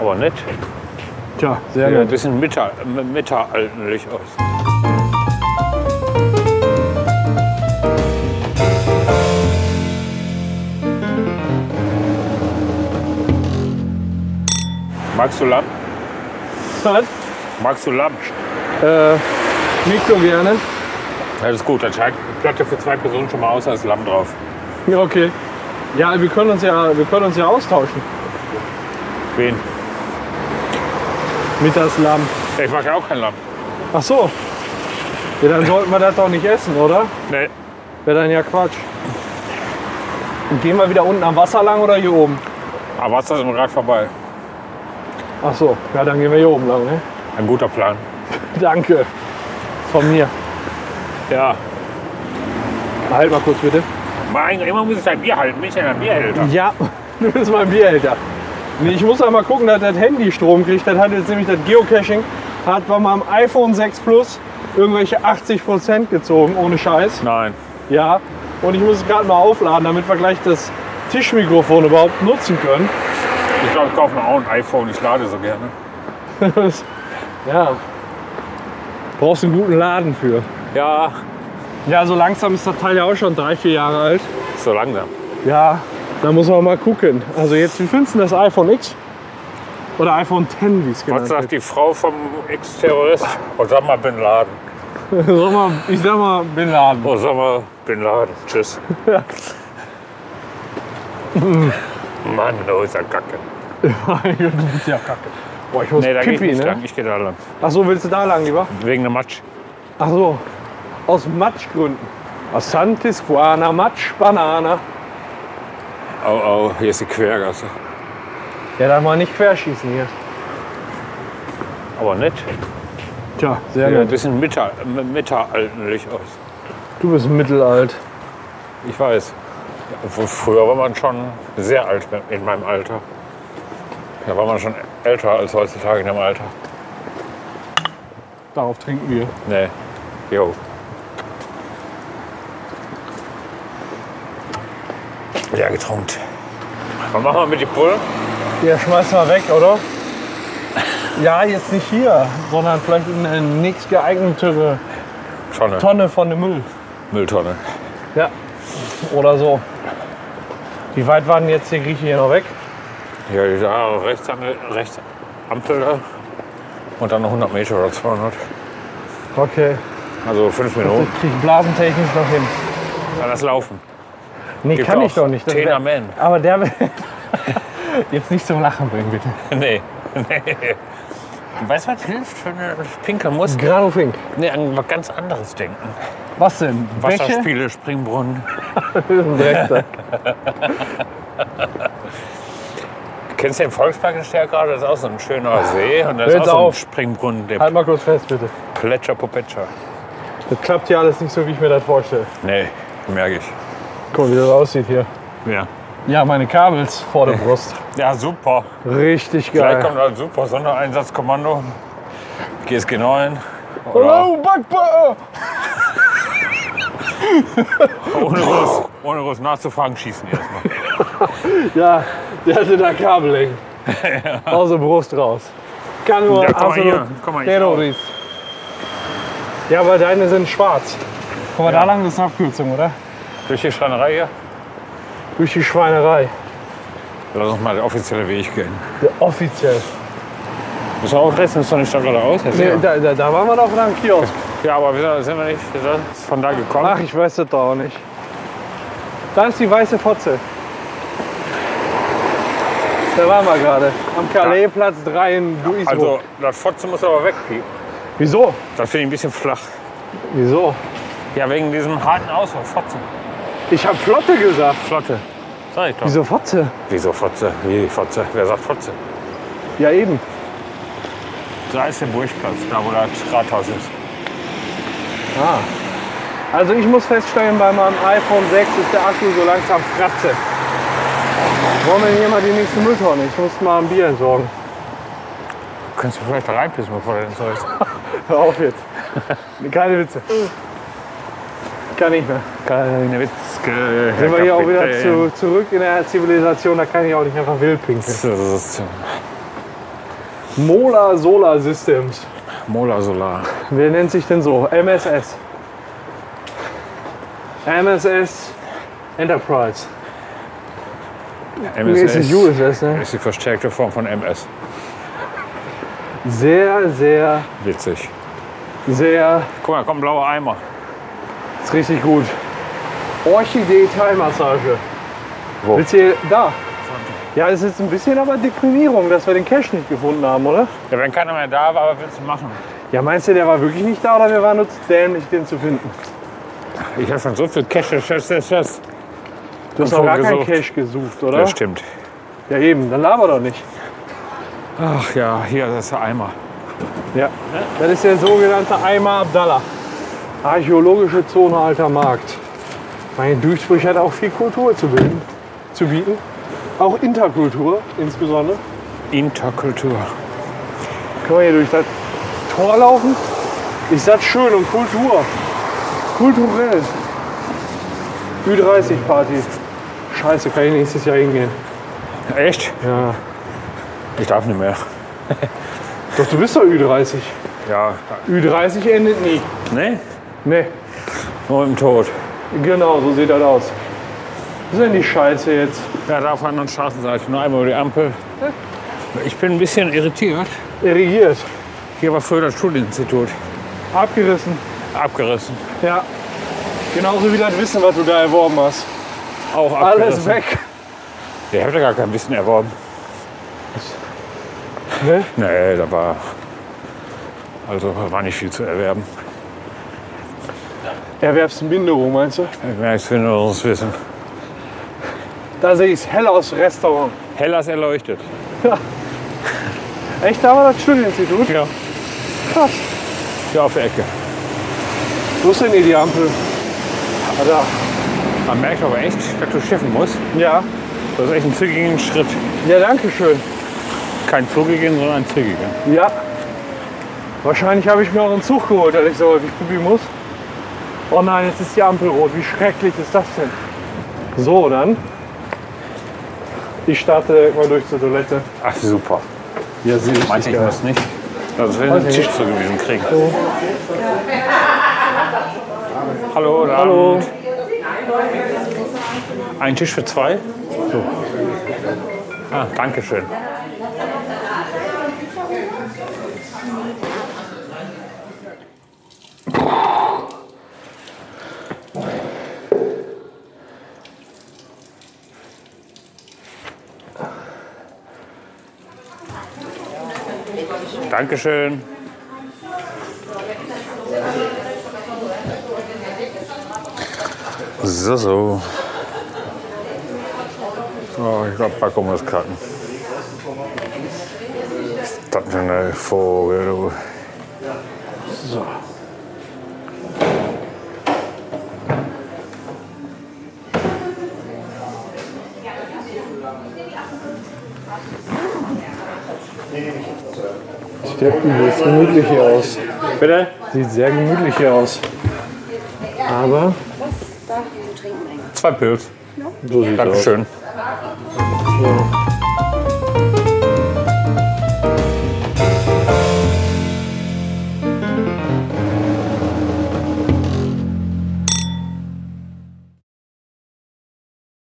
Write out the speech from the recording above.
aber nett. Also, Tja, sehr Sieht ein nett. bisschen mitter- mittelalterlich aus. Magst du Lamm? Was? Magst du Lamm? Äh, nicht so gerne. Das ist gut, dann schreibt die Platte für zwei Personen schon mal aus, da ist Lamm drauf. Ja, okay. Ja, wir können uns ja, wir können uns ja austauschen Wen? mit das Lamm. Ja, Ich mag ja auch kein Lamm. Ach so. Ja, dann sollten wir das doch nicht essen, oder? Nee, Wäre dann ja Quatsch. Und gehen wir wieder unten am Wasser lang oder hier oben? aber Wasser ist im Rad vorbei. Ach so, ja, dann gehen wir hier oben lang, ne? Ein guter Plan. Danke. Von mir. Ja. Halt mal kurz bitte. Mein, immer muss ich ein Bier halten, nicht ein Bierhälter. Ja, du bist mein Bierhälter. Nee, ich muss einmal gucken, dass das Handy Strom kriegt. Das hat jetzt nämlich das Geocaching, hat bei meinem iPhone 6 Plus irgendwelche 80% gezogen, ohne Scheiß. Nein. Ja, und ich muss es gerade mal aufladen, damit wir gleich das Tischmikrofon überhaupt nutzen können. Ich glaube, ich kaufe mir auch ein iPhone. Ich lade so gerne. ja, brauchst einen guten Laden für. Ja, Ja, so langsam ist das Teil ja auch schon drei, vier Jahre alt. so langsam. Ja, da muss man mal gucken. Also jetzt, wie findest du das iPhone X? Oder iPhone X, wie es Was genannt wird. sagt die Frau vom Ex-Terrorist? Osama Bin Laden. Sag mal, ich sag mal Bin Laden. Osama Bin Laden. Tschüss. Mann, da ist er kacke. du bist ja kacke. Boah, ich muss Nee, da gehe ich Pipi, nicht ne? lang. Ich gehe da lang. Ach so, willst du da lang lieber? Wegen der Matsch. Ach so, aus Matschgründen. Asantis, Guana, Matsch, Banana. Au, au, hier ist die Quergasse. Ja, dann mal nicht querschießen hier. Aber nett. Tja, sehr Sieht ein nett. bisschen mitter- mittelalterlich aus. Du bist mittelalt. Ich weiß. Obwohl Früher war man schon sehr alt in meinem Alter. Da war man schon älter als heutzutage in dem Alter. Darauf trinken wir. Nee. Jo. Ja, getrunken. Was machen wir mit die Pulle? Ja, schmeiß mal weg, oder? Ja, jetzt nicht hier, sondern vielleicht in eine nächstgeeignetere Tonne. Tonne von dem Müll. Mülltonne. Ja. Oder so. Wie weit waren jetzt die Griechen hier noch weg? Ja, die da rechts, an der- rechts Ampel da. Und dann noch 100 Meter oder 200. Okay. Also fünf Das Minuten. krieg ich blasentechnisch noch hin. Dann das Laufen. Nee, Gibt kann auch ich doch nicht. Das Tena wär- Man. Aber der will. Jetzt nicht zum Lachen bringen, bitte. Nee. nee. Hm. Weißt du, was hilft für eine pinke Muskel? Granufink. Nee, an was ganz anderes denken. Was denn? Bäche? Wasserspiele, Springbrunnen. Drecksack. Kennst du den Volkspark in Stärkrade? Das ist auch so ein schöner See. Und da Hör ist jetzt auch so ein auf. Springbrunnen, der Halt mal kurz fest, bitte. Plätscher Popetscher. Das klappt hier alles nicht so, wie ich mir das vorstelle. Nee, merke ich. Guck mal, wie das aussieht hier. Ja. Ja, meine Kabels vor der Brust. Ja, super. Richtig Vielleicht geil. kommt ein super Sondereinsatzkommando. GSG 9. Oder Hello, Oh, Backbar! ohne Russ, ohne Russ nachzufragen, schießen erstmal. Ja, der hatte da Kabel hängen. Aus der Brust raus. Kann nur Ja, guck mal absolut hier, guck mal, ich Terrorist. Ja, aber deine sind schwarz. Guck mal, da lang ist eine Abkürzung, oder? Durch die Schreinerei hier. Durch die Schweinerei. Lass uns mal den offiziellen Weg gehen. Ja, offiziell. Müssen wir auch rechts, müssen wir nicht da geradeaus? Ja, Nee, sicher. da, da, da waren wir doch am Kiosk. ja, aber wir sind wir nicht von da gekommen? Ach, ich weiß das doch auch nicht. Da ist die weiße Fotze. Da waren wir gerade. Am Calais-Platz 3 in Duisburg. Also, das Fotze muss aber wegpiepen. Wieso? Das finde ich ein bisschen flach. Wieso? Ja, wegen diesem harten Ausdruck, Fotze. Ich habe Flotte gesagt. Flotte. Sag ich doch. Wieso Fotze? Wieso Fotze? Wie Fotze? Wer sagt Fotze? Ja, eben. Da ist der Burgplatz, da wo das Rathaus ist. Also ich muss feststellen, bei meinem iPhone 6 ist der Akku so langsam fratze. Wollen wir hier mal die nächste Mülltonne? Ich muss mal ein Bier entsorgen. Könntest du vielleicht da reinpissen, bevor du den Zeug. Hör auf jetzt. Keine Witze. Kann nicht mehr. Keine Witzke. Sind wir hier auch wieder zu, zurück in der Zivilisation, da kann ich auch nicht einfach wild pinkeln. Das ist Mola Solar Systems. Mola Solar. Wer nennt sich denn so? MSS. MSS Enterprise. Nee, ist ein ist, USS, ne? ist die verstärkte Form von MS. Sehr, sehr, Witzig. sehr, Guck mal, kommt ein blauer Eimer. ist richtig gut. Orchidee Teilmassage. Wo? Willst du hier, da? Ja, ist jetzt ein bisschen aber Deprimierung, dass wir den Cash nicht gefunden haben, oder? Ja, wenn keiner mehr da war, was willst du machen? Ja, meinst du, der war wirklich nicht da oder wir waren nur zu dämlich, den zu finden? Ich habe schon so viel Cash, Cash, Cash, Cash. Du hast Und doch gar keinen vorgesucht. Cash gesucht, oder? Das stimmt. Ja, eben, dann laber doch nicht. Ach ja, hier das ist der Eimer. Ja. Das ist der sogenannte Eimer Abdallah. Archäologische Zone Alter Markt. Mein Duisburg hat auch viel Kultur zu, bilden, zu bieten. Auch Interkultur insbesondere. Interkultur. Können wir hier durch das Tor laufen? Ist das schön und Kultur. Kulturell. Ü30 Party. Scheiße, kann ich nächstes Jahr hingehen. Echt? Ja. Ich darf nicht mehr. Doch, du bist doch Ü30. Ja. Ü30 endet nie. Ne? Nee. Nur im Tod. Genau, so sieht das aus. Was ist denn die Scheiße jetzt? Ja, da auf der anderen Straßenseite. Nur einmal über die Ampel. Ich bin ein bisschen irritiert. Irrigiert, Hier war früher das Schulinstitut. abgerissen. Abgerissen. Ja. Genauso wie das Wissen, was du da erworben hast. Auch abgerissen. Alles weg. Ich habe ja gar kein Wissen erworben. Ne? Nee, da war. Also war nicht viel zu erwerben. Erwerbsminderung, meinst du? Merkst Wissen. Da sehe ich es hell aus Restaurant. Hellas erleuchtet. Echt, da war das Studieninstitut? Ja. Krass. Hier auf der Ecke. Wo ist denn hier die Ampel? Ah, da. Man merkt aber echt, dass du schiffen musst. Ja. Das ist echt ein zügiger Schritt. Ja, danke schön. Kein zügigen, sondern ein zügiger. Ja. Wahrscheinlich habe ich mir auch einen Zug geholt, weil ich so häufig probieren muss. Oh nein, jetzt ist die Ampel rot. Wie schrecklich ist das denn? So, dann. Ich starte direkt mal durch zur Toilette. Ach super. Ja, sie ist Meinst du, ich muss nicht? Also wenn wir den Tisch zugewiesen kriegen. Hallo, guten Hallo. Abend. Ein Tisch für zwei? So. Ah, danke schön. Dankeschön. So, so. So, Oh, ich glaube, Packung ist Karten. Ist das denn ein Vogel, du? So. Sieht ja übelst gemütlich hier aus. Bitte? Sieht sehr gemütlich hier aus. Aber Zwei Pilz. so sieht Dankeschön. aus.